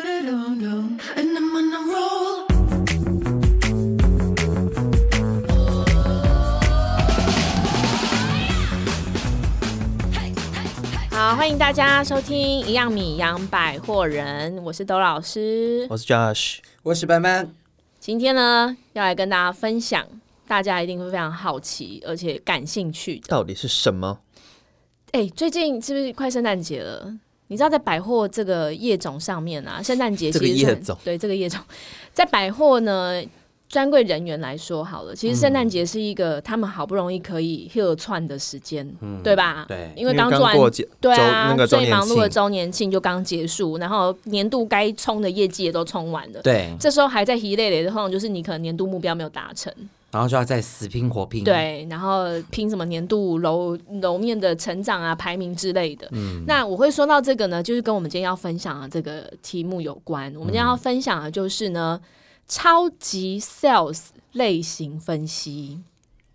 And I'm on a roll. 好，欢迎大家收听《一样米养百货人》，我是窦老师。我是 Josh，我是班班，今天呢，要来跟大家分享，大家一定会非常好奇，而且感兴趣的。到底是什么？哎、最近是不是快圣诞节了？你知道在百货这个业种上面啊，圣诞节其这个实是很业种对这个业种，在百货呢。专柜人员来说好了，其实圣嗯诞节是一个他们好不容易可以 heal 串的时间，嗯对吧？对因为刚做完过节，对周啊，那个周最年忙碌的庆，周年庆就刚结束，然后年度该冲的业绩也都冲完了。对，这时候还在疲累累的，通常就是你可能年度目标没有达成，然后就要再死拼活拼，，对，然后拼什么年度楼楼面的成长啊、排名之类的。那我会说到这个呢，就是跟我们今天要分享的这个题目有关。我们今天要分享的就是呢，超级 sales 类型分析。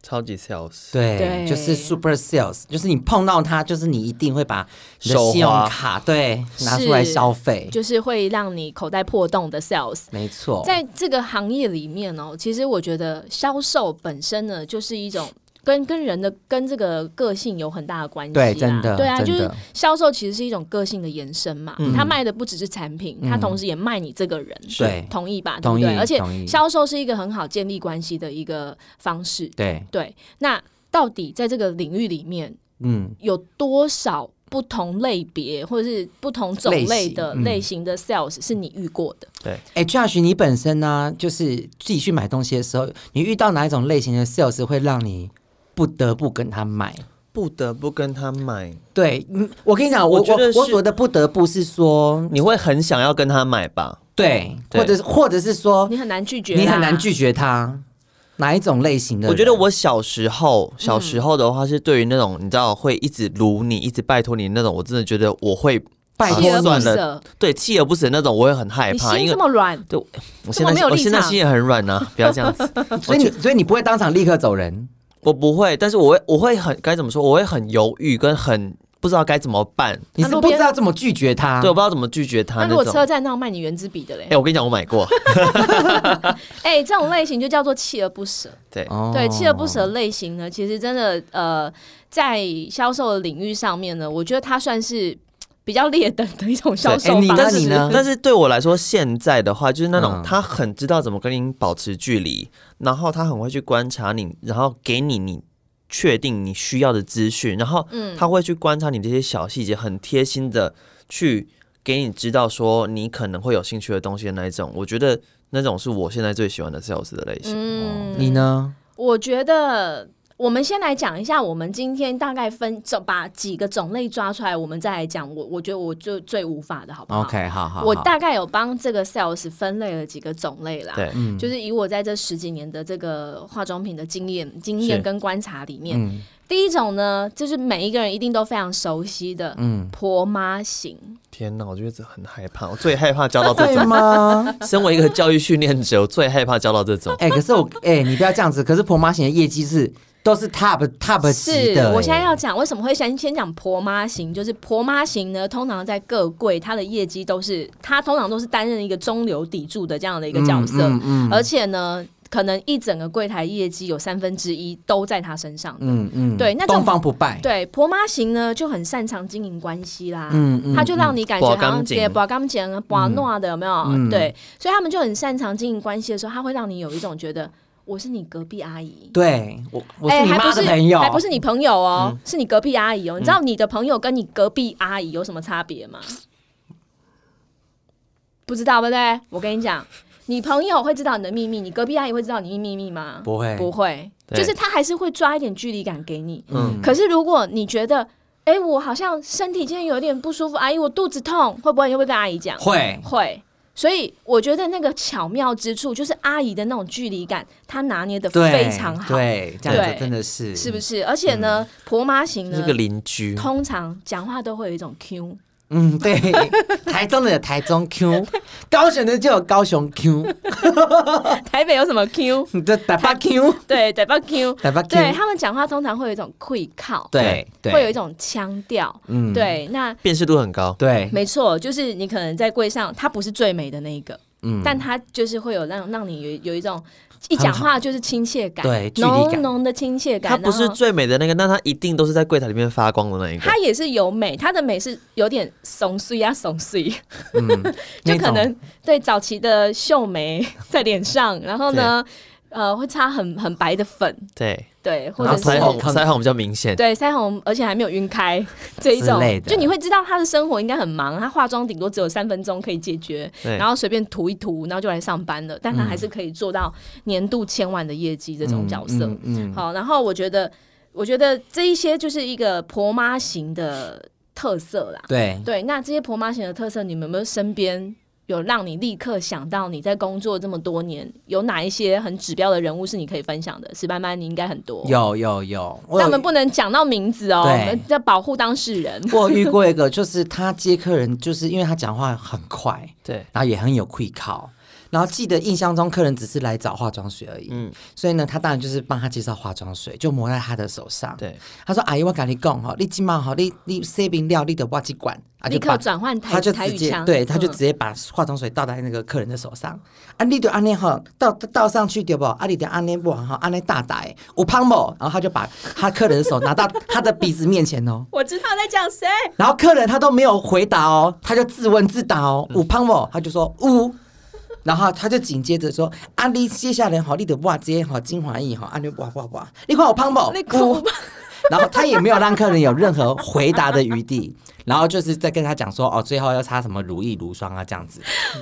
超级 sales，对，对就是 super sales，就是你碰到它，就是你一定会把你的手信用滑卡对是拿出来消费，就是会让你口袋破洞的 sales。没错，在这个行业里面哦，其实我觉得销售本身呢，就是一种跟跟人的跟这个个性有很大的关系啦。对真的对啊，真就的嗯是销售其实是一种个性的延伸嘛。他卖的不只是产品，他同时也卖你这个人。对同意吧？对不同意对？而且同意销售是一个很好建立关系的一个方式。对，对，那到底在这个领域里面，嗯，有多少不同类别或者是不同种类型类的嗯类型的 sales 是你遇过的？哎，Josh，你本身呢，就是自己去买东西的时候，你遇到哪一种类型的 sales 会让你不得不跟他买？不得不跟他买，对，嗯，我跟你讲，我我觉我得是我所谓的不得不是说，你会很想要跟他买吧？对，对或者是或者是说你很啊难拒绝，你很难。拒绝他，哪一种类型的人？我觉得我小时候，嗯小时候的话是对于那种你知道会一直撸你、一直拜托你那种，我真的觉得我会拜锲托而你不算了舍，对锲而不舍那种，我会很害哎你怕，心因这为么软，对我这现么没在有立我现在场心也很软呐、 不要这样子，所以你所以你不会当场立刻走人，我不会，但是我会我会很该怎么说，我会很犹豫跟很不知道该怎么办，你那是路不边知道怎么拒绝他。对，我不知道怎么拒绝他那如果那车种。站那种卖你原子笔的嘞哎、，我跟你讲，我买 过，哎、这种类型就叫做锲而不舍。对，哦对，锲而不舍类型呢，其实真的呃，在销售的领域上面呢，我觉得它算是比较劣等的一种销售哎你方那式。你呢但是对我来说，现在的话就是那种嗯他很知道怎么跟你保持距离，然后他很会去观察你，然后给你你确定你需要的资讯，然后嗯他会去观察你这些小细节，很贴心的去给你知道说你可能会有兴趣的东西的那一种。我觉得那种是我现在最喜欢的 sales 的类型。嗯你呢？我觉得我们先来讲一下，我们今天大概分种把几个种类抓出来，我们再来讲。我我觉得我最最无法的好不好 OK，好好，嗯我好大概有帮这个 sales 分类了几个种类啦。对，嗯就是以我在这十几年的这个化妆品的经验、经验是跟观察里面，嗯第一种呢，就是每一个人一定都非常熟悉的嗯，婆妈型，天哪，我觉得这很害怕，我最害怕交到这对 种。吗？身为一个教育训练者，我最害怕交到这种。哎，可是我哎，你不要这样子。可是婆妈型的业绩是都是 top top 级是的。我现在哎要讲为什么会先先讲婆妈型，就是婆妈型呢，通常在各柜它的业绩都是，它通常都是担任一个中流砥柱的这样的一个角色，嗯嗯而且呢，可能一整个柜台业绩有三分之一都在她身上的。嗯嗯，对那这种东方不败，对婆妈型呢，就很擅长经营关系啦。嗯嗯，他就让你感觉好拔像钢筋给把钢琴啊、把诺的有没有？嗯对，所以他们就很擅长经营关系的时候，他会让你有一种觉得我是你隔壁阿姨。对我我哎是你还不妈的是朋友，嗯还不是你朋友哦，是你隔壁阿姨哦。你知道你的朋友跟你隔壁阿姨有什么差别吗？不知道对不对？我跟你讲，你朋友会知道你的秘密，你隔壁阿姨会知道你的秘密吗？不会不会，对就是他还是会抓一点距离感给你。嗯，可是如果你觉得，哎、我好像身体今天有点不舒服，阿姨我肚子痛，会不会又会跟阿姨讲？会会。所以我觉得那个巧妙之处就是阿姨的那种距离感，她拿捏的对非常好，对，这样对子真的是嗯是不是？而且呢，婆妈型这呢个，邻居，通常讲话都会有一种 Q，嗯，对， 台中的有台中 Q，高雄的就有高雄 Q， 台北有什么 Q？你这打巴 Q， 对，台北 Q，打巴 Q，对他们讲话通常会有一种愧靠，对对，会有一种腔调，嗯对，那辨识度很高。对，没错，就是你可能在柜上，他不是最美的那一个，嗯但他就是会有让让你有有一种一讲话就是亲切感，对距离浓感浓的亲切感。她不是然后最美的那个，那她一定都是在柜台里面发光的那一个。他也是有美，他的美是有点怂碎啊怂碎，就那可种能对早期的秀眉在脸上，然后呢，呃，会擦很很白的粉，对，对，或然者后是腮红可能腮红比较明显。对，腮红，而且还没有晕开这一种之类，的就你会知道他的生活应该很忙，他化妆顶多只有三分钟可以解决，对然后随便涂一涂，然后就来上班了，但他还是可以做到年度千万的业绩这种角色。嗯嗯，嗯好，然后我觉得，我觉得这一些就是一个婆妈型的特色啦。对，对，那这些婆妈型的特色，你们有没有身边有让你立刻想到你在工作这么多年，有哪一些很指标的人物是你可以分享的？史班班，你应该很多。有有有，但我我有们不能讲到名字哦，我对们要保护当事人。我有遇过一个，就是他接客人，就是因为他讲话很快，对，然后也很有愧靠。然后记得印象中，客人只是来找化妆水而已，嗯，所以呢，他当然就是帮他介绍化妆水，就抹在他的手上。对，他说：“阿姨，我跟你讲哈，你今晚哈，你你塞冰料，你的我去管。”啊，立就刻把转换台他就台直语接腔，对，他就嗯直接把化妆水倒在那个客人的手上。啊，你就安尼哈，倒倒上去对不？啊，你就安尼不哈，安尼大大的有胖不？然后他就把他客人的手拿到他的鼻子面前哦。我知道在讲谁，然后客人他都没有回答哦，他就自问自答哦，五胖不？他就说五。 然后他就紧接着说：“啊，你接下来好，你得哇接好精华液哈，啊你哇哇哇，你看我胖不？你有哭吧。 然后他也没有让客人有任何回答的余地， 然后就是在跟他讲说：哦，最后要擦什么乳液、乳霜啊这样子。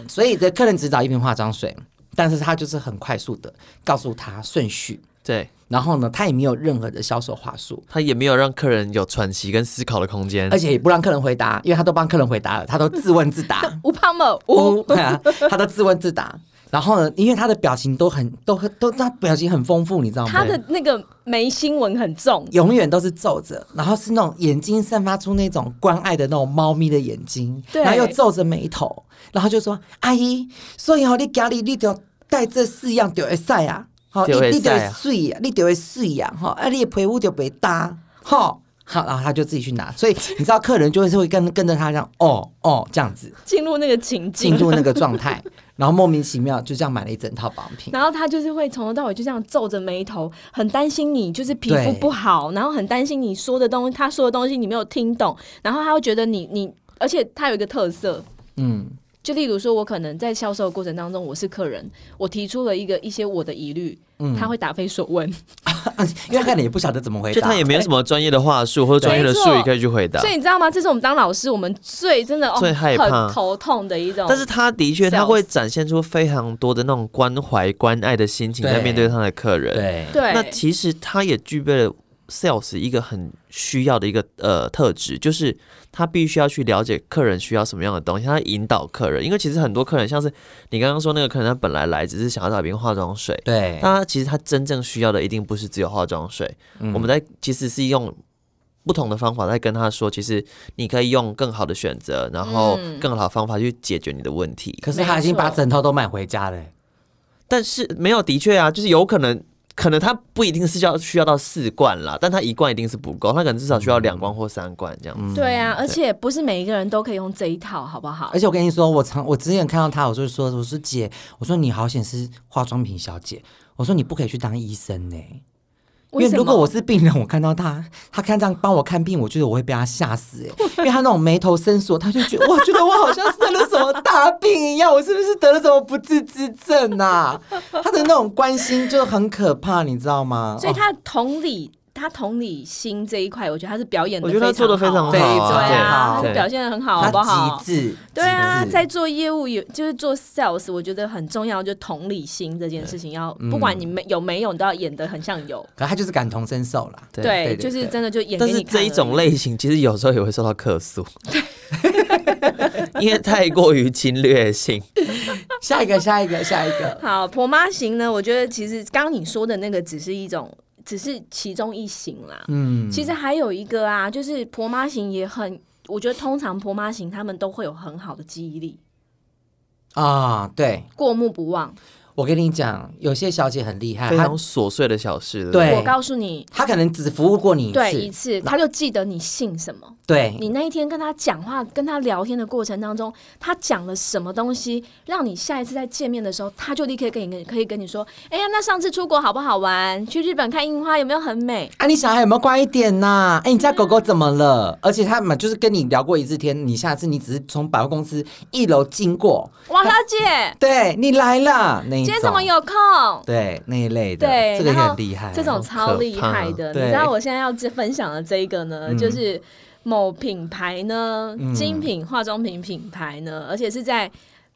所以的客人只找一瓶化妆水，但是他就是很快速的告诉他顺序，对，然后呢，他也没有任何的销售话术，她也没有让客人有喘息跟思考的空间而。且也不让客人回答，因为他都帮客人回答了，他都自问 自答。吴胖某呜，吴，对啊，他都自问自答。然后呢，因为他的表情都很都很都，他表情很丰富，你知道吗？他的那个眉心纹很重，永远都是皱着，然后是那种眼睛散发出那种关爱的那种猫咪的眼睛，对然后又皱着眉头，然后就说：“阿姨，所以哦，你家里你就带这四样就会晒啊，好、就你会你就使会啊睡啊，你就会睡啊，哈、啊，你的皮肤就被搭，哈、好，然后他就自己去拿，所以你知道客人就会是会跟跟着他这样，哦哦这样子进入那个情进境。入那个状态，然后莫名其妙就这样买了一整套保养品。然后他就是会从头到尾就这样皱着眉头，很担心你就是皮肤对不好，然后很担心你说的东西，他说的东西你没有听懂，然后他会觉得你你，而且他有一个特色，嗯，就例如说我可能在销售的过程当中，我是客人，我提出了一个一些我的疑虑，嗯他会答非所问，因为他可能也不晓得怎么回答，就她也没有什么专业的话术或者专业的没错术语可以去回答所。以你知道吗？这是我们当老师我们最真的、哦、最害怕很头痛的一种。但是她的确，她 Sales 会展现出非常多的那种关怀、关爱的心情，对在面对她的客人。对对，那其实他也具备了 sales 一个很需要的一个呃特质，就是他必须要去了解客人需要什么样的东西，他要引导客人。因为其实很多客人，像是你刚刚说那个客人，他本来来只是想要找一瓶化妆水，对但他其实他真正需要的一定不是只有化妆水。我们在其实是用。不同的方法在跟他说，其实你可以用更好的选择，然后更好的方法去解决你的问题。可是他已经把枕头都买回家了、但是没有，的确啊，就是有可能，可能他不一定是要需要到四罐啦，但他一罐一定是不够，他可能至少需要两罐或三罐这样子。对啊，而且不是每一个人都可以用这一套，好不好哎而？且我跟你说，我常我之前看到他，我就说我说姐，我说你好险是化妆品小姐，我说你不可以去当医生呢、因为为什么如果我是病人，我看到他，他看这样帮我看病，我觉得我会被他吓死哎、因为他那种眉头深锁，他就觉得我觉得我好像是得了什么大病一样，我是不是得了什么不治之症 啊？他的那种关心就很可怕，你知道哦吗？所以他同理，他同理心这一块，我觉得他是表演的，我觉得他做的非常好对非常啊，好他对表现的很好，哦好不好他极？致，对啊，极致在做业务有就是做 sales，我觉得很重要，就同理心这件事嗯情要，不管你没有没有，你都要演的很像有。可他就是感同身受啦。对对，对就是对真的就演但给是你看这而已。一种类型，其实有时候也会受到客 诉，因为太过于侵略 性。下一个，下一个，下一个。好，婆妈型呢，我觉得其实刚刚你说的那个只是一种，只是其中一型啦。嗯，其实还有一个啊，就是婆妈型也很，我觉得通常婆妈型他们都会有很好的记忆力，啊、对过目不忘。我跟你讲，有些小姐很厉害，非她常琐碎的小事。不对我告诉你，她可能只服务过你一对一次，嗯次他就记得你姓什么，对你那一天跟他讲话、跟他聊天的过程当中，他讲了什么东西，让你下一次再见面的时候，他就立刻跟你可以跟你说，哎呀，那上次出国好不好玩？去日本看樱花有没有很美？啊，你小孩有没有乖一点呐、哎、你家狗狗怎么了？而且他们就是跟你聊过一次天，你下次你只是从百货公司一楼经过，哇，小姐，对啊你来了那一今天种怎么有空？对那一类的，对，这个也然后很厉害，啊这种超厉害的。好可怕你知道对我现在要分享的这一个呢，就是某品牌呢，精品化妆品品牌呢，而且是在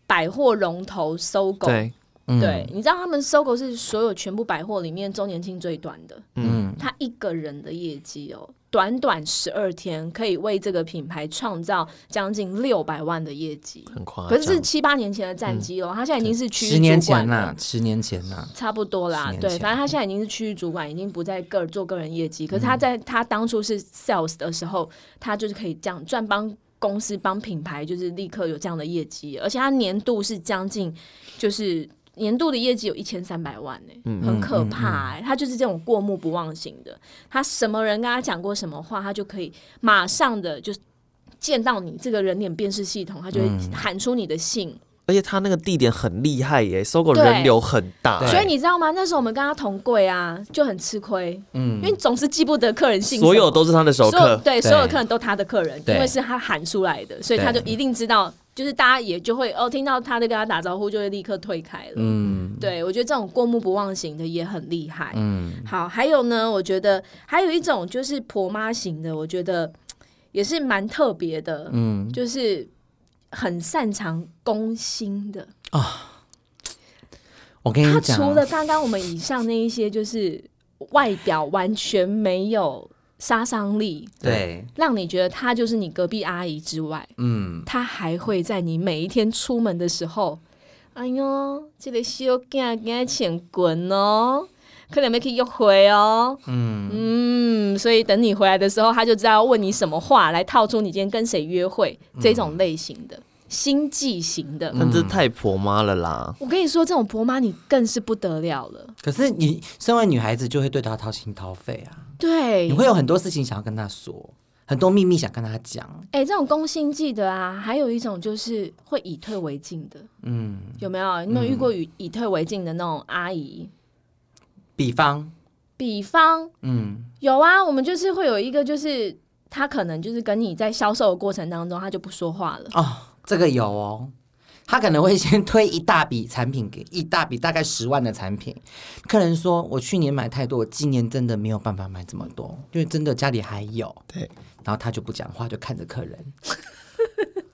百货龙头搜狗。对，嗯对，你知道他们搜狗是所有全部百货里面周年庆最短的，嗯他一个人的业绩哦，短短十二天可以为这个品牌创造将近六百万的业绩，很哦夸可张。是是七八年前的战绩哦，他现在已经是区域十年主管前啊了呐，十年前呐，差不多啦十，年对，前嗯反正他现在已经是区域主管，已经不在个做个人业绩。可是他在他当初是 sales 的时候，他就是可以这样赚帮公司帮品牌，就是立刻有这样的业绩，而且他年度是将近就是年度的业绩有一千三百万呢、嗯很可怕、欸。他就是这种过目不忘型的，他什么人跟他讲过什么话，他就可以马上的就见到你这个人脸辨识系统，他就会嗯喊出你的姓。而且他那个地点很厉害耶，搜狗对人流很大，对所以你知道吗？那时候我们跟他同柜啊，就很吃亏，嗯因为你总是记不得客人姓什么，所有都是他的熟所有客。对对所有客人都他的客人，因对为是他喊出来的，所以他就一定知道，就是大家也就会哦，听到他在跟他打招呼，就会立刻退开了。嗯对，我觉得这种过目不忘型的也很厉害。嗯，好，还有呢，我觉得还有一种就是婆妈型的，我觉得嘖也是蛮特别的，嗯，就是很擅长攻心的。我跟他你讲，啊除了刚刚我们以上那一些，就是外表完全没有杀伤力，对，让你觉得他就是你隔壁阿姨之外，嗯，他还会在你每一天出门的时候，哎呦，这个小囝囝钱滚哦。可能没去约会哦，嗯所以等你回来的时候，他就知道问你什么话来套出你今天跟谁约会嗯这种类型的、心计型的。但这太婆妈了啦，我跟你说，这种婆妈你更是不得了了，可是你身为女孩子就会对她掏心掏肺啊，对，你会有很多事情想要跟她说，很多秘密想跟她讲，哎、这种攻心计的啊，还有一种就是会以退为进的，嗯，有没有？你有没有遇过以以退为进的那种阿姨？比方，比方嗯有啊，我们就是会有一个，就是她可能就是跟你在销售的过程当中，她就不说话了。哦，这个有哦。她可能会先推一大笔产品给一大笔大概十万的产品，客人说：“我去年买太多，我今年真的没有办法买这么多，因为真的家里还有。”对，然后她就不讲话，就看着客人，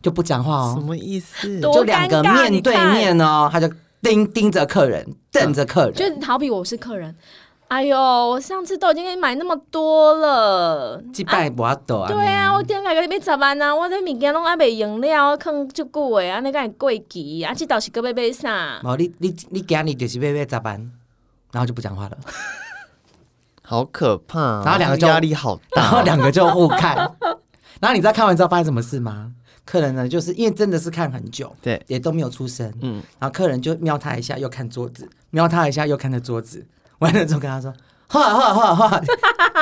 就不讲话什哦，么意思？多就两个尴尬面对面哦，她就盯盯着客人，瞪着客人，就是好比我是客人，哎呦，我上次都已经给你买那么多了。祭拜不要抖啊！对啊，我点来个要十万啊！我这物件拢还袂用了，坑就久的，安尼敢会过期？啊，这倒是搁要买啥？没有，哦你你你今日就是要要加班，然后就不讲话了，好可怕、啊！然后两个就压力好然大，后 两个就互看，然后你知道看完之后发生什么事吗？客人呢，就是因为真的是看很久，对也都没有出声，嗯嗯，然后客人就瞄他一下，又看桌子，瞄他一下，又看着桌子，完了之后跟他说，画画画画，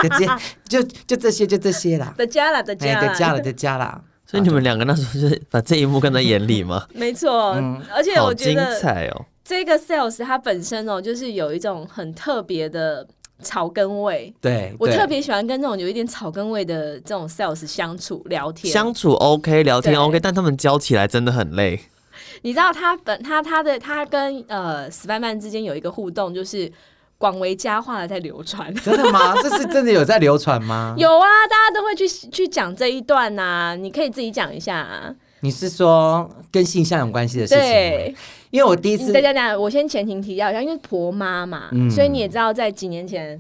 就直接就就这些就这些啦，的家啦，的哎，家啦，再加了再加啦，所以你们两个那时候就是把这一幕看在眼里 吗？没错，嗯而且好我觉精得彩哦！这个 sales 它本身哦，就是有一种很特别的草根味。对， 我对特别喜欢跟这种有一点草根味的这种 sales 相处聊天。相处 OK，聊天对 OK，但他们教起来真的很 累。你知道他本他他的他跟呃史班曼之间有一个互动，就是广为佳话的在流传。真的吗？这是真的有在流传 吗？有啊，大家都会去去讲这一段呐、你可以自己讲一下、啊。你是说跟性向有关系的事情吗？对，嗯因为我第一次大家讲，我先前情提要一下，因为婆妈嘛，嗯所以你也知道，在几年前，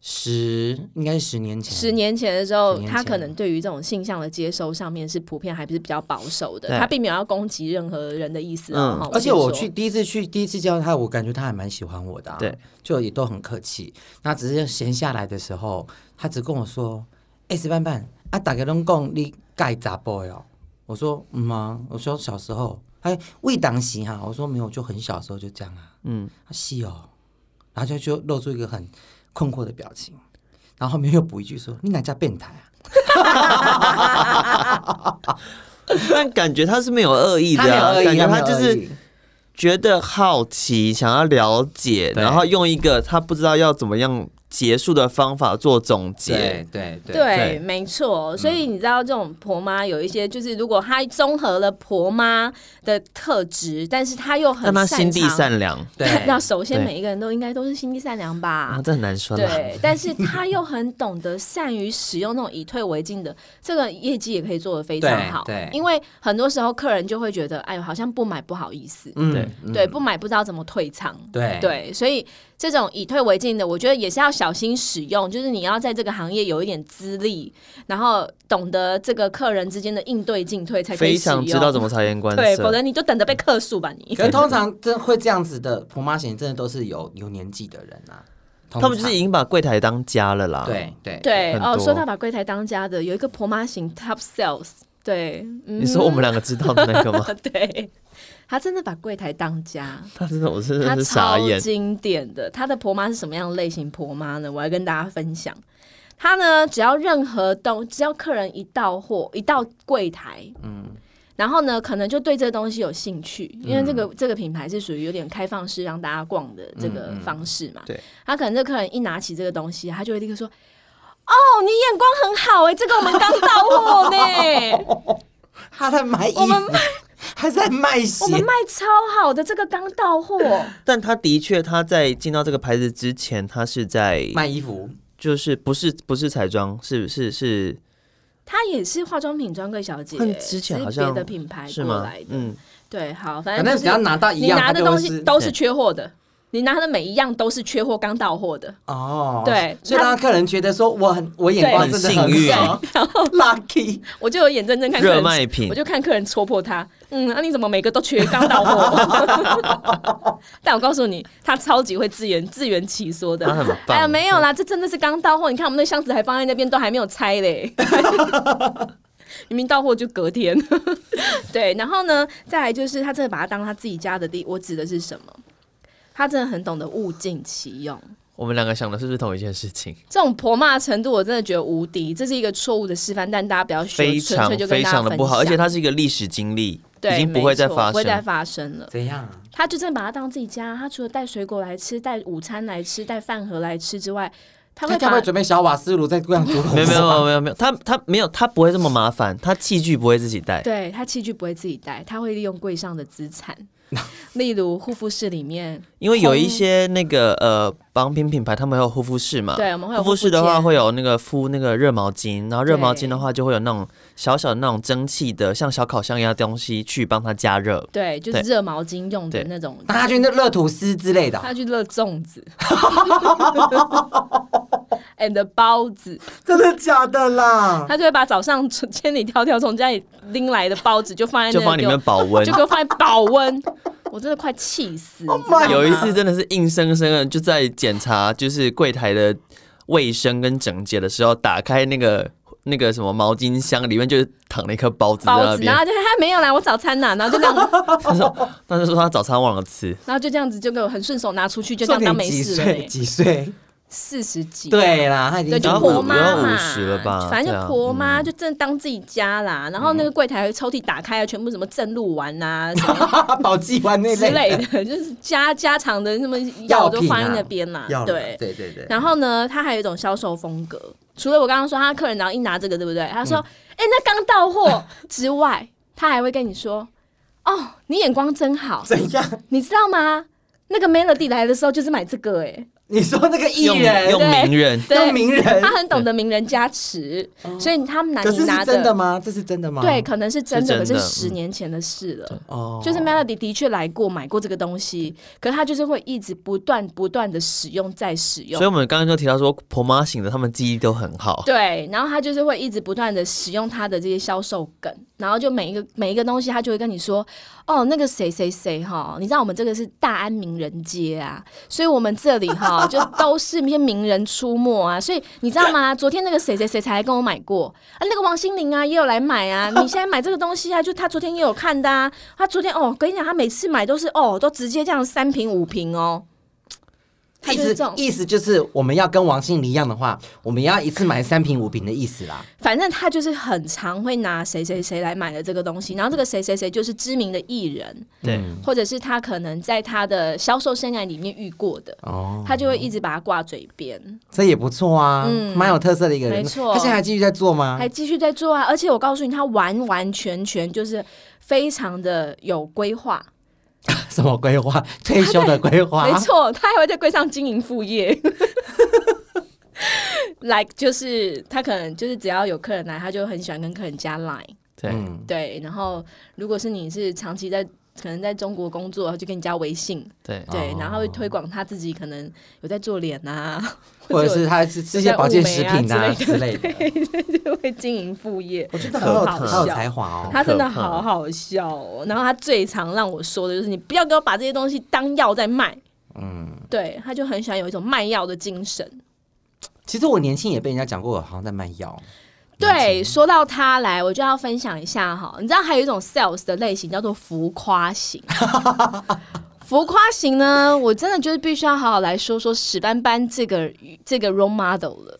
十应该是十年前，十年前的时候十，年前他可能对于这种性向的接收上面是普遍还不是比较保守的，对他并没有要攻击任何人的意思啊。嗯哈而且我先去说第一次去第一次见到他，我感觉他还蛮喜欢我的、啊，对，就也都很客气。那只是闲下来的时候，他只跟我说：“哎、石斑斑，啊，大家拢讲你盖杂 boy 哦。我说嗯啊，我说小时候，哎，未当时哈、我说没有，就很小时候就这样啊。嗯，啊是哦，然后就就露出一个很困惑的表情，然后后面又补一句说：“你哪家变态啊？”但感觉他是没有恶意的、他没有啊，恶意，感觉没他有就恶是意觉得好奇，想要了解，对然后用一个他不知道要怎么样结束的方法做总结对。对对对，没错。所以你知道，这种婆妈有一些，就是如果她综合了婆妈的特质，但是她又很但他心地善善良良， 对，那首先对每一个人都应该都是心地善良吧啊，？这很难说啦。对，但是她又很懂得善于使用那种以退为进的，这个业绩也可以做得非常好。对对因为很多时候客人就会觉得，哎呦，好像不买不好意思，嗯对嗯对，不买不知道怎么退场。哎对对，所以这种以退为进的，我觉得也是要小心使用，就是你要在这个行业有一点资历，然后懂得这个客人之间的应对进退，才可以非使用。常知道怎么察言观对，否则色。你就等着被客诉吧你。可是通常真会这样子的婆妈型，真的都是有有年纪的人啊。通他们就是啊常已经把柜台当家了啦。对对对很哦，多说到把柜台当家的，有一个婆妈型 top sales，对，嗯你说我们两个知道的那个吗？哼 对，他真的把柜台当家。他真的，我真她的是超傻眼。经典的，她的婆妈是什么样的类型婆妈呢？我来跟大家分享。她呢，只要任何东，只要客人一到货，一到柜台，嗯，然后呢，可能就对这个东西有兴趣，因为这嗯个、这个品牌是属于有点开放式让大家逛的这个方式嘛。嗯对，她可能这客人一拿起这个东西，她就会立刻说：“哦，你眼光很好哎、这个我们刚到货呢。” 他在买衣服，还在卖鞋我，们卖超好的，这个刚到货，但他的确，他在进到这个牌子之前，他是在卖衣服，就是不是不是彩妆，是是是她也是化妆品专柜小姐他，之前好是像别的品牌是过吗来的？。嗯，对，好，反反正正就只要是拿到一你样，拿的他就东会西是都是缺货的，你拿的每一样都是缺货刚到货的。哦，对所以他让客人觉得说我很我眼光真的很幸运好 lucky， 我就有眼睁睁看客热人卖品我就看客人戳破他。嗯，那、你怎么每个都缺刚到货？ 但我告诉你，他超级会自圆自圆其说的他很。棒哎呀，没有啦，这真的是刚到货。你看我们那箱子还放在那边，都还没有拆 嘞。明明到货就隔天， 对，然后呢，再来就是他真的把它当他自己家的地，我指的是什么？他真的很懂得物尽其用，我们两个想的是不是同一件事情？这种婆骂的程度，我真的觉得无敌。这是一个错误的示范，但大家不要学，非纯常粹就跟非大家常分享。的不好，而且它是一个历史经历，对已经不会再没错发不会再生。发生了。怎样啊？他就真的把它当自己家，他除了带水果来吃、带午餐来吃、带饭盒来吃之外，他他会该不把会准备小瓦斯炉在这样煮火没有没有没锅 有没有 没有，他他没有他不会这么麻烦，他器具不会自己带。对他器具不会自己带，他会利用柜上的资 产，例如护肤室里面，因为有一些那个呃保养品品牌，他们会有护肤室嘛，哦对我们会有护肤护室肤的话间会有那个敷那个热毛巾，然后热毛巾对的话就会有那种小小的那种蒸汽的，像小烤箱一样的东西去帮它加热。对，就是对热毛巾用的对那种，大家去那热吐司之类的哦，他去热粽 子，and 包子，真的假的啦？他就会把早上从千里迢迢从家里拎来的包子就哎放在那就放里给我面保温就，给我放在保温，我真的快气死。？Oh 你知道吗有一次真的是硬生生的就在检查就是柜台的卫生跟整洁的时候，打开那个那个什么毛巾箱，里面就是躺了一颗包子在包那子，然边。后就他没有啦，我早餐呐，然后就这样， 他说，他就说他早餐忘了吃。然后就这样子就给我很顺手拿出去，就这重样当没点几事了岁？耶。几岁？四十几，对啦，他已经对，就然后婆五妈然后嘛， 50了吧反正对啊就婆妈就真的当自己家啦。然后那个柜台抽屉打开啊，全部什么正露丸啊什么宝鸡湾那之类的的， 就是家家常的什么药药都品啊放在那边啦要。了对，对对对，然后呢，他还有一种销售风格，除了我刚刚说他客人然后一拿这个，对不对？他说：“哎、那刚到货之外，他还会跟你说：‘哦，你眼光真好， 怎 样？你知道吗？那个 Melody 来的时候就是买这个、欸，你说那个艺用人用对名人，对用名人他很懂得名人加持，所以他们拿可是啊你拿是真的吗？这是真的吗？对，，可能是真的，嗯是真的可是十年前的事了。哦，就是 Melody 的确来过买过这个东西，可是他就是会一直不断不断的使用再使用所以，我们刚刚就提到说婆妈型的他们记忆都很好。对，然后他就是会一直不断的使用他的这些销售梗，然后就每一个每一个东西，他就会跟你说，哦，那个谁谁谁哈，你知道我们这个是大安名人街啊，所以我们这里哈好，就都是一些名人出没啊。所以你知道吗？昨天那个谁谁谁才来跟我买过啊，那个王心凌啊也有来买啊。你现在买这个东西啊，就他昨天也有看的啊。他昨天哦，跟你讲，他每次买都是哦，都直接这样三瓶五瓶哦。他意就是思这种，意思就是我们要跟王心凌一样的话，我们要一次买三瓶五瓶的意思啦。反正他就是很常会拿谁谁谁来买的这个东西，然后这个谁谁谁就是知名的艺人，对，或者是他可能在他的销售生涯里面遇过的，哦，他就会一直把它挂嘴边，这也不错啊，嗯蛮有特色的一个人。没错他现在还继续在做吗还？继续在做啊！而且我告诉你，他完完全全就是非常的有规划， 什么规划？退休 的规划？没错，他还会在柜上经营副业。like 就是他可能就是只要有客人来，他就很喜欢跟客人加 line。对，嗯，对，然后如果是你是长期在可能在中国工作，就跟你加微信，对，对，哦然后会推广他自己可能有在做脸啊， 或者是他是这些保健食品啊就之在类的。就会经营副业。我觉得好好有好有笑才华哦。他真的可怕好好笑哦，然后他最常让我说的就是你不要给我把这些东西当药在卖，嗯，对，他就很喜欢有一种卖药的精神。其实我年轻也被人家讲过，我好像在卖 药。对，说到他来，我就要分享一下哈。你知道还有一种 sales 的类型叫做浮夸型。浮夸型呢，我真的就是必须要好好来说说史斑斑这个这个 role model 了。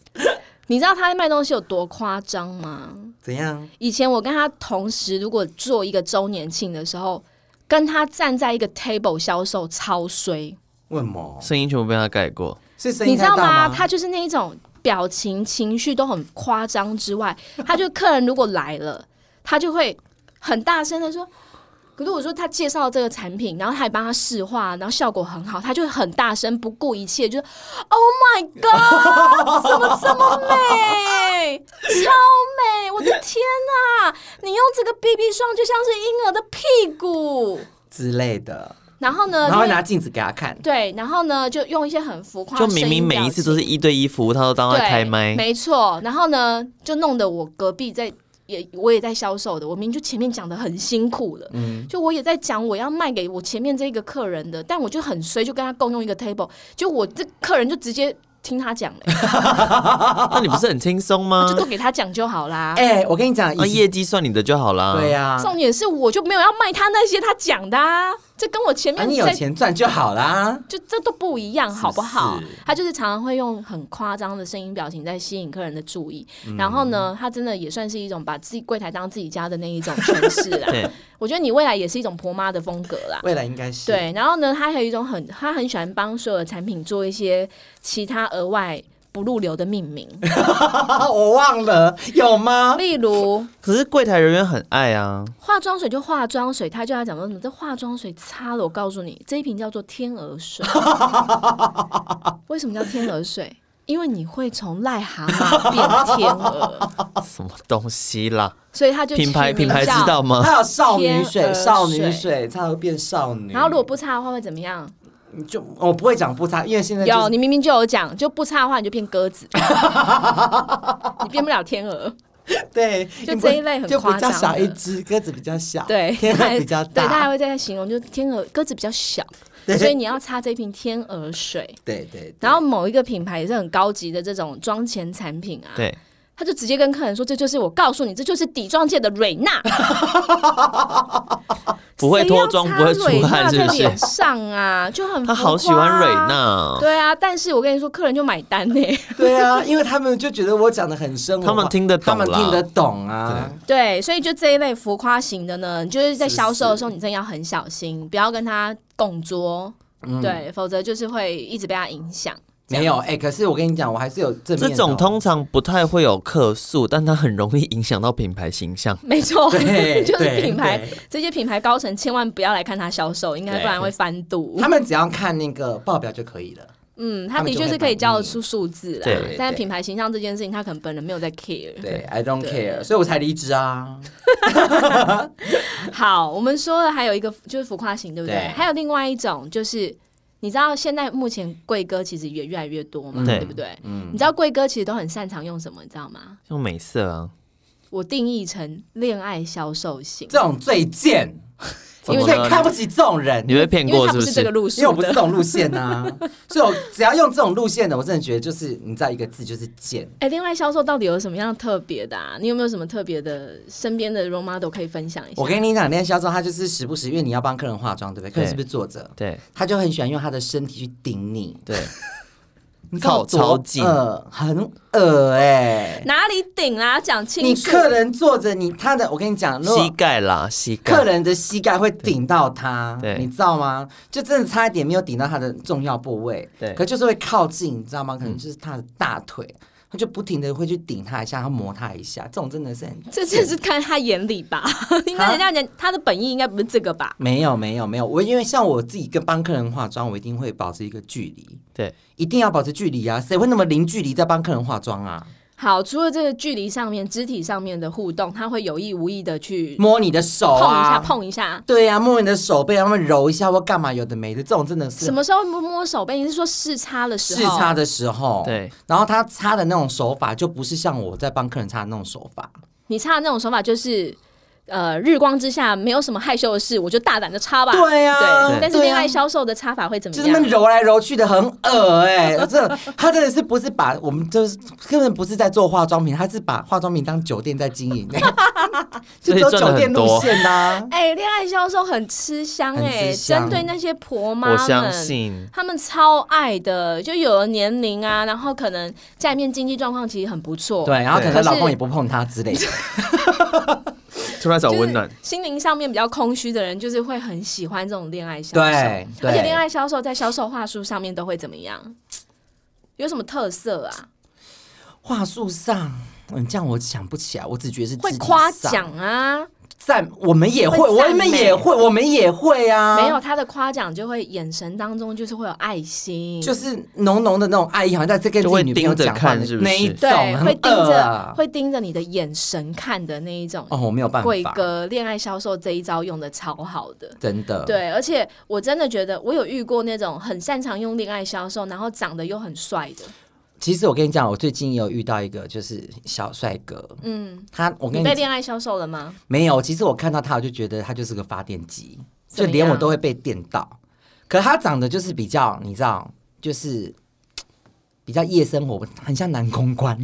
你知道他在卖东西有多夸张吗？怎样？以前我跟他同时，如果做一个周年庆的时候，跟他站在一个 table 销售超衰，为什么？声音全部被他盖过，是声你音知太道大吗？他就是那一种表情、情绪都很夸张之外， 他就客人如果来了，他就会很大声的说。可是我说他介绍这个产品，然后他还帮他试画，然后效果很好，他就会很大声不顾一切，就是 Oh my God，怎么这么美，超美！我的天哪、你用这个 BB 霜就像是婴儿的屁股。之类的，然后呢，然后就会会拿镜子给他看。对，然后呢就用一些很浮夸就的声音明表情，明每一次都是一对一服务，他都当在对，开麦，没错。然后呢，就弄得我隔壁在也我也在销售的，我明明就前面讲的很辛苦了，就我也在讲我要卖给我前面这个客人的，但我就很衰，就跟他共用一个 table，就我这客人就直接听他讲了、啊那你不是很轻松吗就？都给他讲就好啦。哎、我跟你讲，那以前、业绩算你的就好啦。对呀、 啊，重点是我就没有要卖他那些他讲的啊，这跟我前面你在有钱赚就好啦。就这都不一样，好不好？是他就是常常会用很夸张的声音表情在吸引客人的注意，嗯然后呢，他真的也算是一种把自己柜台当自己家的那一种诠释啦 对。我觉得你未来也是一种婆妈的风格啦。未来应该是，对，然后呢，他还有一种很，他很喜欢帮所有的产品做一些其他额外不入流的命 名，啊，我忘了有吗？例如可是柜台人员很爱啊，化妆水就化妆水，他就要讲说什么这化妆水擦了，我告诉你，这一瓶叫做天鹅 水。为什么叫天鹅水？因为你会从癞蛤蟆变天鹅，什么东西啦？所以他哦就品牌取名品牌知叫道。 吗？还有少女天水，鹅少女水水，它会变少女。然后如果不擦的话会怎么样？你就我不会讲不擦，因为现在、就是、有，你明明就有讲，就不擦的话你就变鸽子，你变不了天鹅。 对，就你这不一类很就比夸较张小一的只，鸽子比较小，对，天他还鹅比较对，他还大，会在形容，就天鹅鸽子比较小，对所以你要擦这瓶天鹅水。对对对，然后某一个品牌也是很高级的这种妆前产品啊，对，他就直接跟客人说：“这就是我告诉你，这就是底妆界的蕊娜， 不会脱妆，谁要不会擦蕊出娜汗，是在不是脸？上啊，就很浮夸啊他好喜欢蕊。娜，哦对啊，但是我跟你说，客人就买单呢、 对啊，因为他们就觉得我讲的很生活化，他们听得懂他们听啦得懂啊。对，所以就这一类浮夸型的呢，你就是在销售的时候，你真的要很小心，不要跟他共桌，嗯对，否则就是会一直被他影响。没有哎、可是我跟你讲，我还是有正面的哦、这种通常不太会有客诉，但它很容易影响到品牌形象。 没错，对就是对品牌对这些品牌高层千万不要来看他销售，应该不然会翻肚。 他们只要看那个报表就可以 了。嗯，他他们的就确会是可以反叫得应出数字啦对对，但是对品牌形象这件事情，他可能本人没有在 care。对，I don't 对 care，所以我才离职啊。好，我们说了还有一个就是浮夸型，对不对？对还有另外一种就是，你知道现在目前贵哥其实也越来越多嘛，对对不对？你知道贵哥其实都很擅长用什么，你知道吗？用美色啊，我定义成恋爱销售型，这种最贱， 怎么所以了看不起这种人你。被骗因为过他是不不是这个是？路因为我数不是这的。种路线呐、 所以我只要用这种路线的，我真的觉得就是你知道一个字就是贱。哎、另外销售到底有什么样特别的啊？你有没有什么特别的身边的 role model 可以分享一下？我跟你讲，那些销售他就是时不时，因为你要帮客人化妆，对不对？客人是不是坐着？对他就很喜欢用他的身体去顶你， 对，你知道靠多超近恶很恶哎、哪里顶啦、讲清你楚。客人坐着，你他的，我跟你讲，如膝果盖啦，膝盖。客人的膝盖会顶到他，啊对你知道吗？就真的差一点没有顶到他的重要部位，对可就是会靠近，你知道吗？可能就是他的大腿，他就不停的会去顶他一下，他磨他一下，这种真的是很 这就是看他眼里吧， 应啊该人家人他的本意应该不是这个吧？没有没有没有，我因为像我自己跟帮客人化妆，我一定会保持一个距离，对，一定要保持距离啊！谁会那么零距离在帮客人化妆啊？好，除了这个距离上面、肢体上面的互动，他会有意无意的去摸你的手碰一下、啊，碰一下。对呀、摸你的手背，让啊他们揉一下或干嘛，有的没的，这种真的是啊什么时候摸摸手背？你是说试擦的时试候？擦的时候，对，然后他擦的那种手法就不是像我在帮客人擦的那种手法，你擦的那种手法就是。呃，日光之下没有什么害羞的事，我就大胆的擦吧。对呀对对但是对恋呀爱销售的擦法会怎么就样？是那么揉来揉去的，很恶哎、欸，这他真的是不是把我们就是根本不是在做化妆品，他是把化妆品当酒店在经营、欸，就所以走赚得酒很店路多线啊呐、哎、恋爱销售很吃香很哎、吃香针对那些婆妈我们，相信。他们超爱的，就有了年龄啊，然后可能家里面经济状况其实很不错，对，然后可能可是老公也不碰她之类的，突然找就是温暖，心灵上面比较空虚的人，就是会很喜欢这种恋爱销售。对对，而且恋爱销售在销售话术上面都会怎么样？有什么特色啊？ 话术上，嗯，这样我想不起来，我只觉得是会肢体夸上奖啊，赞，我们也会，会赞我美们也会，我们也会啊，没有，他的夸奖就会眼神当中就是会有爱心，就是浓浓的那种爱意，好像在这跟自就会己女朋友盯着讲话的看是不是那一种，对，很会盯恶着啊会盯着你的眼神看的那一种。哦，我没有办贵法，哥恋爱销售这一招用的超好的，真的，，对，而且我真的觉得，我有遇过那种很擅长用恋爱销售，然后长得又很帅的。其实我跟你讲，我最近也有遇到一个就是小帅哥，嗯，他我你跟你被讲恋爱销售了吗？ 没有，其实我看到他，我就觉得他就是个发电机，怎就么连我样都会被电到。可他长得就是比较，你知道，就是嘖比较夜生活，很像男公关。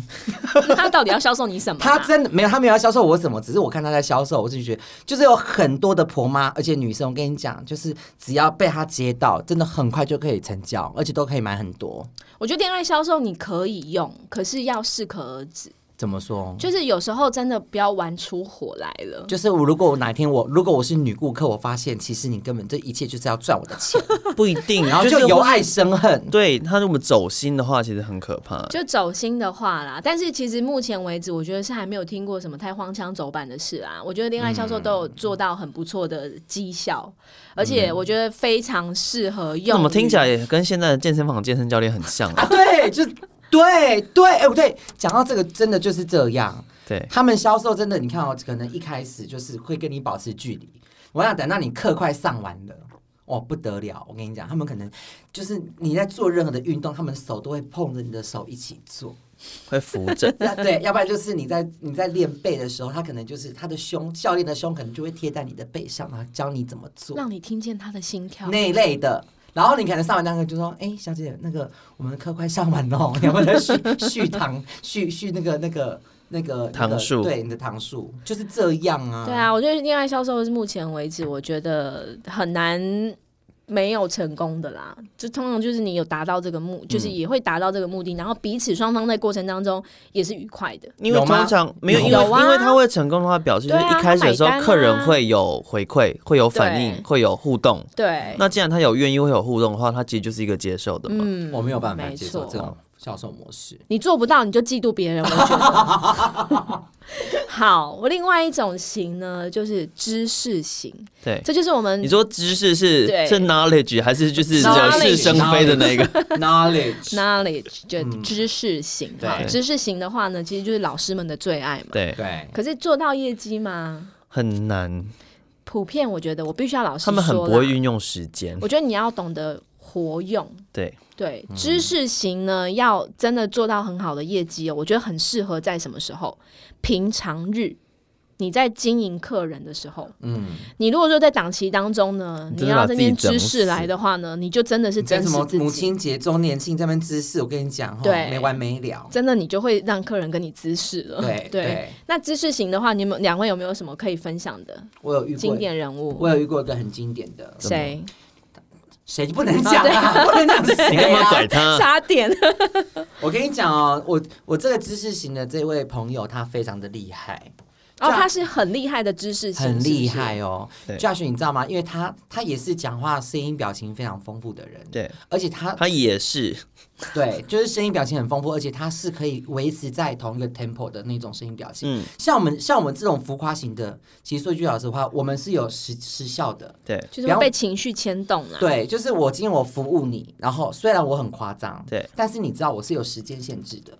那他到底要销售你什么啊、他真的没有，他没有要销售我什么，只是我看他在销售，我就觉得就是有很多的婆妈，而且女生，我跟你讲，就是只要被他接到，真的很快就可以成交，而且都可以买很多。我觉得恋爱销售你可以用，可是要适可而止。怎么说？就是有时候真的不要玩出火来了。就是我，如果我哪天我如果我是女顾客，我发现其实你根本这一切就是要赚我的钱，不一 定，然后就就是由会爱生恨。对他如果走心的话，其实很可怕。就走心的话啦，但是其实目前为止，我觉得是还没有听过什么太荒腔走板的事啊。我觉得恋爱销售都有做到很不错的绩效，而且我觉得非常适合用于。嗯怎么听起来也跟现在的健身房健身教练很像啊？ 啊，对，就对对，哎、不对，讲到这个，真的就是这样。对，他们销售真的，你看哦，可能一开始就是会跟你保持距离。我想等到你课快上完了，哦不得了！我跟你讲，他们可能就是你在做任何的运动，他们手都会碰着你的手一起做。会扶 着。要对，要不然就是你在你在练背的时候，他可能就是他的胸，教练的胸可能就会贴在你的背上，然后教你怎么做。让你听见他的心跳。那一类的。然后你可能上完那个就说：“哎、小姐，那个我们的课快上完喽， 你要不要再续续堂 续续那个那个那个那个堂数对，你的堂数就是这样啊。对，啊，我觉得恋爱销售是目前为止我觉得很难没有成功的啦。就通常就是你有达到这个嗯目，就是也会达到这个目的，然后彼此双方在过程当中也是愉快的。因为有吗通常没有，因为、有啊因为他会成功的话，表示就对是啊一开始的时候他，买单啊客人会有回馈，会有反应对，会有互动。对，那既然他有愿意会有互动的话，他其实就是一个接受的嘛。嗯我没有办法没接受错这种销售模式。 你做不到，你就嫉妒别人。我觉得 好，我另外一种型呢，就是知识型，对，这就是我们哎你说知识是对是 knowledge 还是就是惹 Knowledge 是生非的那个？ Knowledge， knowledge 就嗯知识型哈。对知识型的话呢，其实就是老师们的最爱嘛。对，对，可是做到业绩吗？很难，普遍我觉得我必须要老实他说啦，们很不会运用时间我。觉得你要懂得活用，对，对，嗯知识型呢，要真的做到很好的业绩、哦，我觉得很适合在什么时候？平常日。你在经营客人的时候，嗯，你如果说在档期当中呢，你你真的把要这边自己整知识死来的话呢，你就真的是在真什实么自母己。亲节、周年庆这边知识，我跟你讲，吼对没完没了。真的，你就会让客人跟你姿势了。对对那知识型的话，你们两位有没有什么可以分享的我有遇过经，典人物我？有遇过一个很经典的，谁？谁不能讲啊？哦 不能讲你谁干嘛啊？拐 他？差点我跟你讲哦，我我这个知识型的这位朋友，他非常的厉害，哦，他是很厉害的知识型，很厉是不是害哦。对 Josh，你知道吗？因为他他也是讲话声音表情非常丰富的人，对，而且他他也是，对就是声音表情很丰富，而且他是可以维持在同一个 tempo 的那种声音表情。嗯，像我们像我们这种浮夸型的，其实说句老实话，我们是有时时效的。对就是会被情绪牵动啊啦。对，就是我今天我服务你，然后虽然我很夸张，对，但是你知道我是有时间限制的，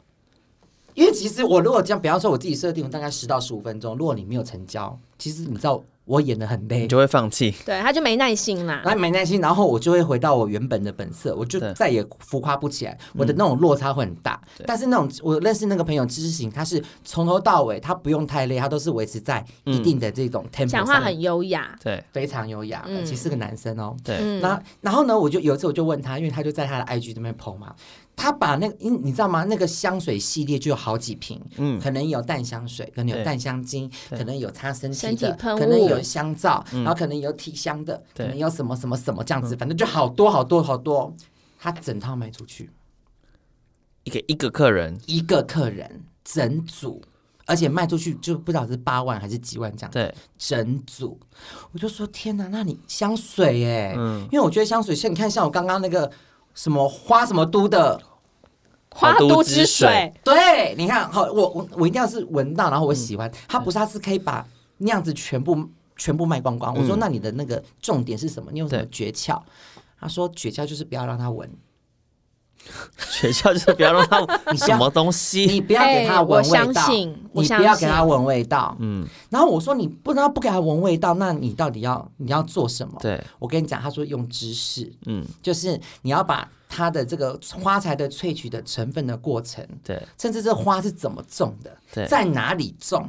因为其实我如果这样，比方说我自己设定大概十到十五分钟，如果你没有成交，其实你知道我演的很累你，就会放弃。对，他就没耐心啦。然后没耐心，然后我就会回到我原本的本色，我就对嗯再也浮夸不起来，我的那种落差会很大。对但是那种我认识那个朋友知识型，他是从头到尾他不用太累，他都是维持在一嗯定的这种 tempo，讲话上面很优雅，对非常优雅，嗯而且是个男生哦。对，嗯，那然后呢，我就有一次我就问他，因为他就在他的 IG 那边 PO 嘛，他把那个，因你知道吗？那个香水系列就有好几瓶，嗯可能有淡香水，可能有对嗯淡香精，可能有擦身体身体的，喷可能雾有香皂，然后可能有体香的，可对嗯能有什么什么什么这样子，反正就好多好多好多。他整套卖出去，一个一个客人，一个客人整组，而且卖出去就不知道是八万还是几万这样子。对，整组，我就说天哪，那你香水哎、嗯因为我觉得香水像你看像我刚刚那个什么花什么都的，花花都都之之水水，对，你看好，我我我一定要是闻到，然后我喜欢，它不是它是可以把那样子全部全部卖光光。我说嗯那你的那个重点是什么？你有什么对诀窍？他说诀窍就是不要让他闻，学校就是不要让他不要什么东西， 你不要给他哎我闻味相道，信我你相不要给信他闻味道。嗯，然后我说你不然不给他闻味道，那你到底要你要做什么？对，我跟你讲，他说用知识。嗯，就是你要把它的这个花材的萃取的成分的过程，对，甚至这花是怎么种的，对在哪里种，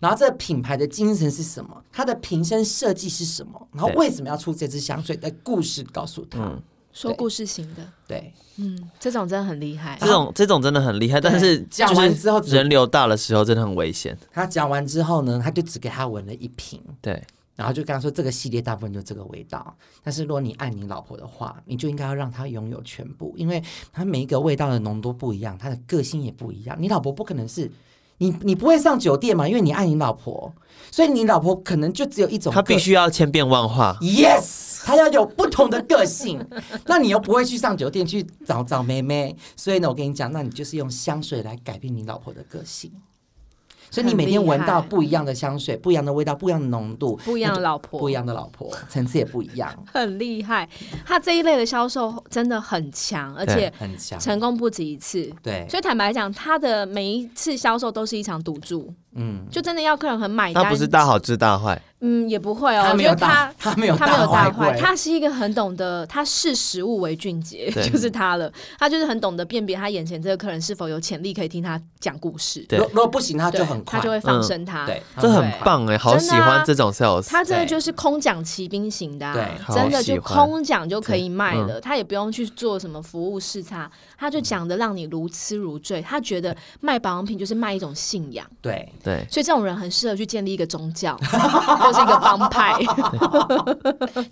然后这个品牌的精神是什么，它的瓶身设计是什么，然后对为什么要出这支香水的故事告诉他。嗯说对故事型的，对，嗯，这种真的很厉害这。种这种真的很厉害，但是讲完之后就是人流大的时候真的很危险。他讲完之后呢，他就只给他闻了一瓶。对，然后就跟他说，这个系列大部分就这个味道。但是如果你爱你老婆的话，你就应该要让她拥有全部，因为她每一个味道的浓度不一样，她的个性也不一样。你老婆不可能是你，你不会上酒店嘛，因为你爱你老婆，所以你老婆可能就只有一种个。他必须要千变万化。 Yes，她要有不同的 个性。那你又不会去上酒店去找找妹妹，所以呢，我跟你讲，那你就是用香水来改变你老婆的个性。所以你每天闻到很厉害不一样的香水、不一样的味道、不一样的浓度、不一样的老婆，不一样的老婆，层次也不一 样，很厉害。他这一类的销售真的很强，而且很强。成功不止一次。对，所以坦白讲，他的每一次销售都是一场赌注，嗯，就真的要客人很买单。他不是大好知大坏，嗯，也不会哦。他我没觉有得大他，他没有他没有大坏坏，，他是一个很懂得，他视食物为俊杰，对就是他了。他就是很懂得辨别他眼前这个客人是否有潜力可以听他讲故事，对如如果不行，他对就很快，他就会放生他。对，这很对棒哎，好真喜的啊欢这种 sales。他真的就是空讲骑兵型的、啊对，好真的喜就欢嗯空讲就可以卖了，他也不用去做什么服务视察，他就讲的让你如痴如醉。他觉得卖保养品就是卖一种信仰，对，对，所以这种人很适合去建立一个宗教 或是一个帮派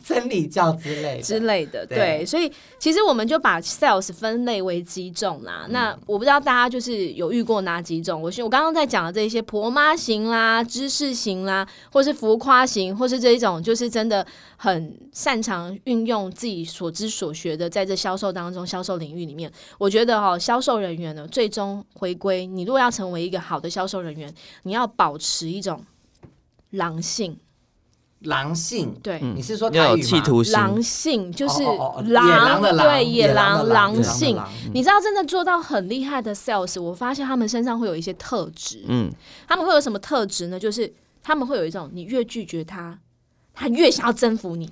真理教之类的之类的。对对，所以其实我们就把 sales 分类为几种啦。嗯那我不知道大家就是有遇过哪几种？我是我刚刚在讲的这些婆妈型啦、知识型啦，或是浮夸型，或是这一种就是真的很擅长运用自己所知所学的，在这销售当中、销售领域里面，我觉得哈、哦，销售人员呢，最终回归，你如果要成为一个好的销售人员，你要保持一种狼性，狼性。对。你是说要台有语企吗？图心，狼性就是哦哦哦野狼，狼的狼对野狼的狼狼野狼的性狼。嗯你知道，真的做到很厉害的 sales，我发现他们身上会有一些特质。嗯，他们会有什么特质呢？就是他们会有一种，你越拒绝他，他越想要征服你。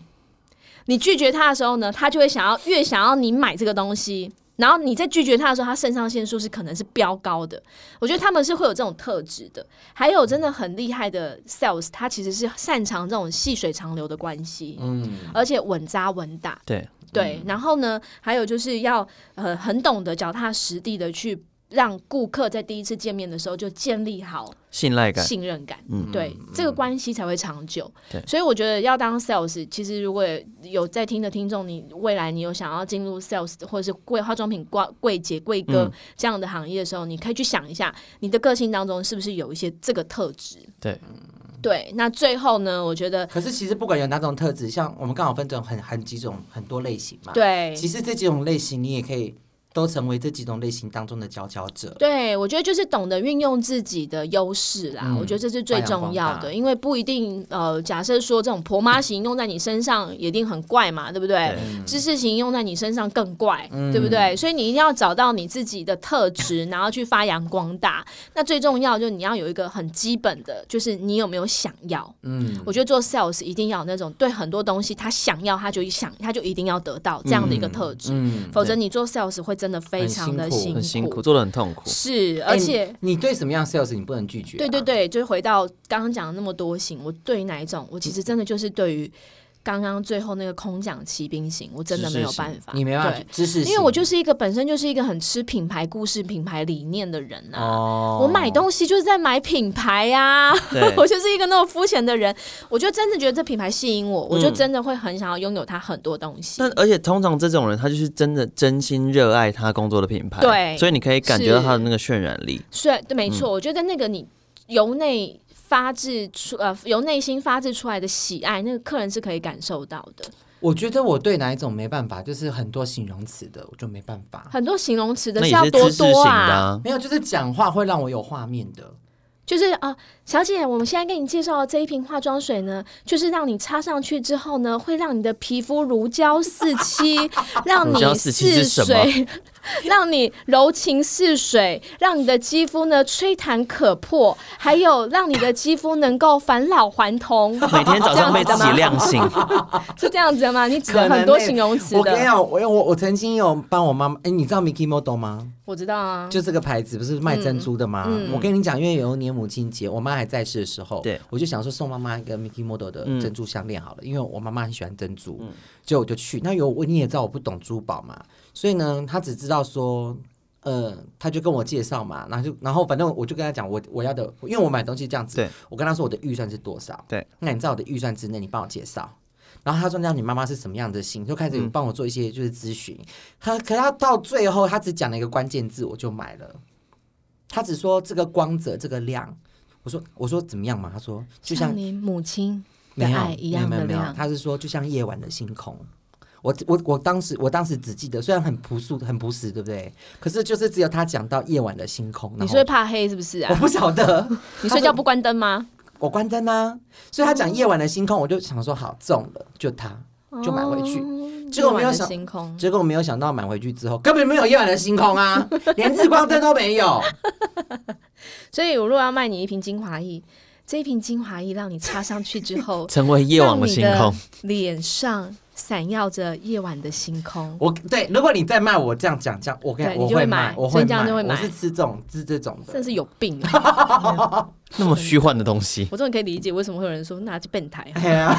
你拒绝他的时候呢，他就会想要越想要你买这个东西。然后你在拒绝他的时候，他肾上腺素是可能是飙高的。我觉得他们是会有这种特质的。还有真的很厉害的 sales，他其实是擅长这种细水长流的关系，嗯，而且稳扎稳打。对，对，然后呢，还有就是要呃很懂得脚踏实地的去让顾客在第一次见面的时候就建立好信赖感，信任感，嗯对，这个关系才会长久对。所以我觉得要当 sales，其实如果有在听的听众，你未来你有想要进入 sales 或者是贵化妆品柜柜姐、柜哥、嗯这样的行业的时候，你可以去想一下，你的个性当中是不是有一些这个特质？对，对，那最后呢，我觉得可是其实不管有哪种特质，像我们刚好分成很很几种很多类型啊嘛。，对。其实这几种类型你也可以都成为这几种类型当中的佼佼者。对，我觉得就是懂得运用自己的优势啦，嗯我觉得这是最重发要扬光的，大因为不一定呃，假设说这种婆妈型用在你身上也一定很怪嘛，对不对？嗯知识型用在你身上更怪，对不对？所以你一定要找到你自己的特质，然后去发扬光大。那最重要就是你要有一个很基本的，就是你有没有想要。嗯，我觉得做 sales 一定要有那种对很多东西他想要，他就想他就一定要得到这样的一个特质，嗯，否则你做 sales 会真的非很常的辛苦很辛苦，做的很痛苦。是，而且、哎你你对什么样的 sales 你不能拒绝、啊。对对对，就是回到刚刚讲的那么多型，我对于哪一种，我嗯其实真的就是对于刚刚最后那个空降骑兵型，我真的没有办法，你没办法对去，知识型，因为我就是一个本身就是一个很吃品牌故事、品牌理念的人啊。哦，我买东西就是在买品牌呀、对 我就是一个那种肤浅的人。我就真的觉得这品牌吸引我，我嗯就真的会很想要拥有它很多东西。但而且通常这种人，他就是真的真心热爱他工作的品牌，对所以你可以感觉到他的那个渲染力。是，对，嗯没错，我觉得那个你由内发自出呃由内心发自出来的喜爱，那个客人是可以感受到的。我觉得我对哪一种没办法，就是很多形容词的我就没办法，很多形容词的那是也要是多知识型多的、啊，啊，没有，就是讲话会让我有画面的。就是啊、小姐，我们现在给你介绍的这一瓶化妆水呢，就是让你擦上去之后呢，会让你的皮肤如胶似 漆，让如胶你似漆是似什么水。让你柔情似水，让你的肌肤呢吹弹可破，还有让你的肌肤能够返老还童。每天早上被啊 这样子的自己吗亮醒，是这样子的吗？你指可了能很多那形容词我跟你的，讲，我我我曾经有帮我妈妈，哎，你知道 Mickey Model 吗？我知道啊。就这个牌子不是卖珍珠的吗？嗯嗯我跟你讲，因为有一年母亲节，我妈还在世的时候，对，我就想说送妈妈一个 Mickey Model 的嗯珍珠项链好了，因为我妈妈很喜欢珍珠，就我就去。那有我你也知道我不懂珠宝嘛，所以呢，她只知道说。呃，她就跟我介绍嘛，然后就，然后反正我就跟她讲我我要的，因为我买东西这样子对，我跟她说我的预算是多少，对，，那你在我的预算之内，你帮我介绍。然后她说，那你妈妈是什么样的心，就开始帮我做一些就是咨询，他可他到最后，他只讲了一个关键字，我就买了。他只说这个光泽，这个亮。我说我说怎么样嘛？他说就像你母亲的没有爱一样没的有没有没亮有，，他是说就像夜晚的星空。我我我当时我当时只记得，虽然很朴素很朴实，对不对？可是就是只有他讲到夜晚的星空，你然是后哦会怕黑是不是我啊？不晓得， 你睡觉不关灯吗？我关灯啊，所以他讲夜晚的星空，我就想说好中了，就他就买回去。哦结果没夜有晚的想星空，结果没有想到买回去之后，根本没有夜晚的星空 啊，连日光灯都没有。所以我如果要卖你一瓶精华液，这一瓶精华液让你擦上去之后 成为夜晚的星让空你。的脸上闪耀着夜晚的星空。我对，如果你再骂我这样讲，这样我跟对我你就会买买，我所以会这样就会我买是吃这种吃这种真的。是有病啊！那么虚幻的东西，我终于可以理解为什么会有人说那就变态啊。哎呀，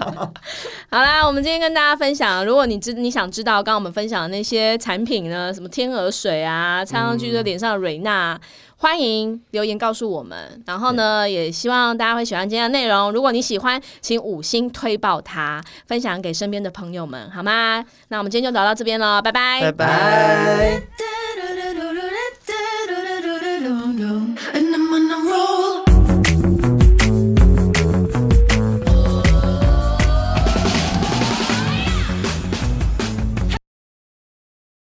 好啦，我们今天跟大家分享，如果你知你想知道刚刚我们分享的那些产品呢，什么天鹅水啊，擦上去就脸上的蕊娜，欢迎留言告诉我们。然后呢，也希望大家会喜欢今天的内容。如果你喜欢，请五星推爆它，分享给身边的朋友们，好吗？那我们今天就聊到这边了，拜拜。拜拜。拜。 Day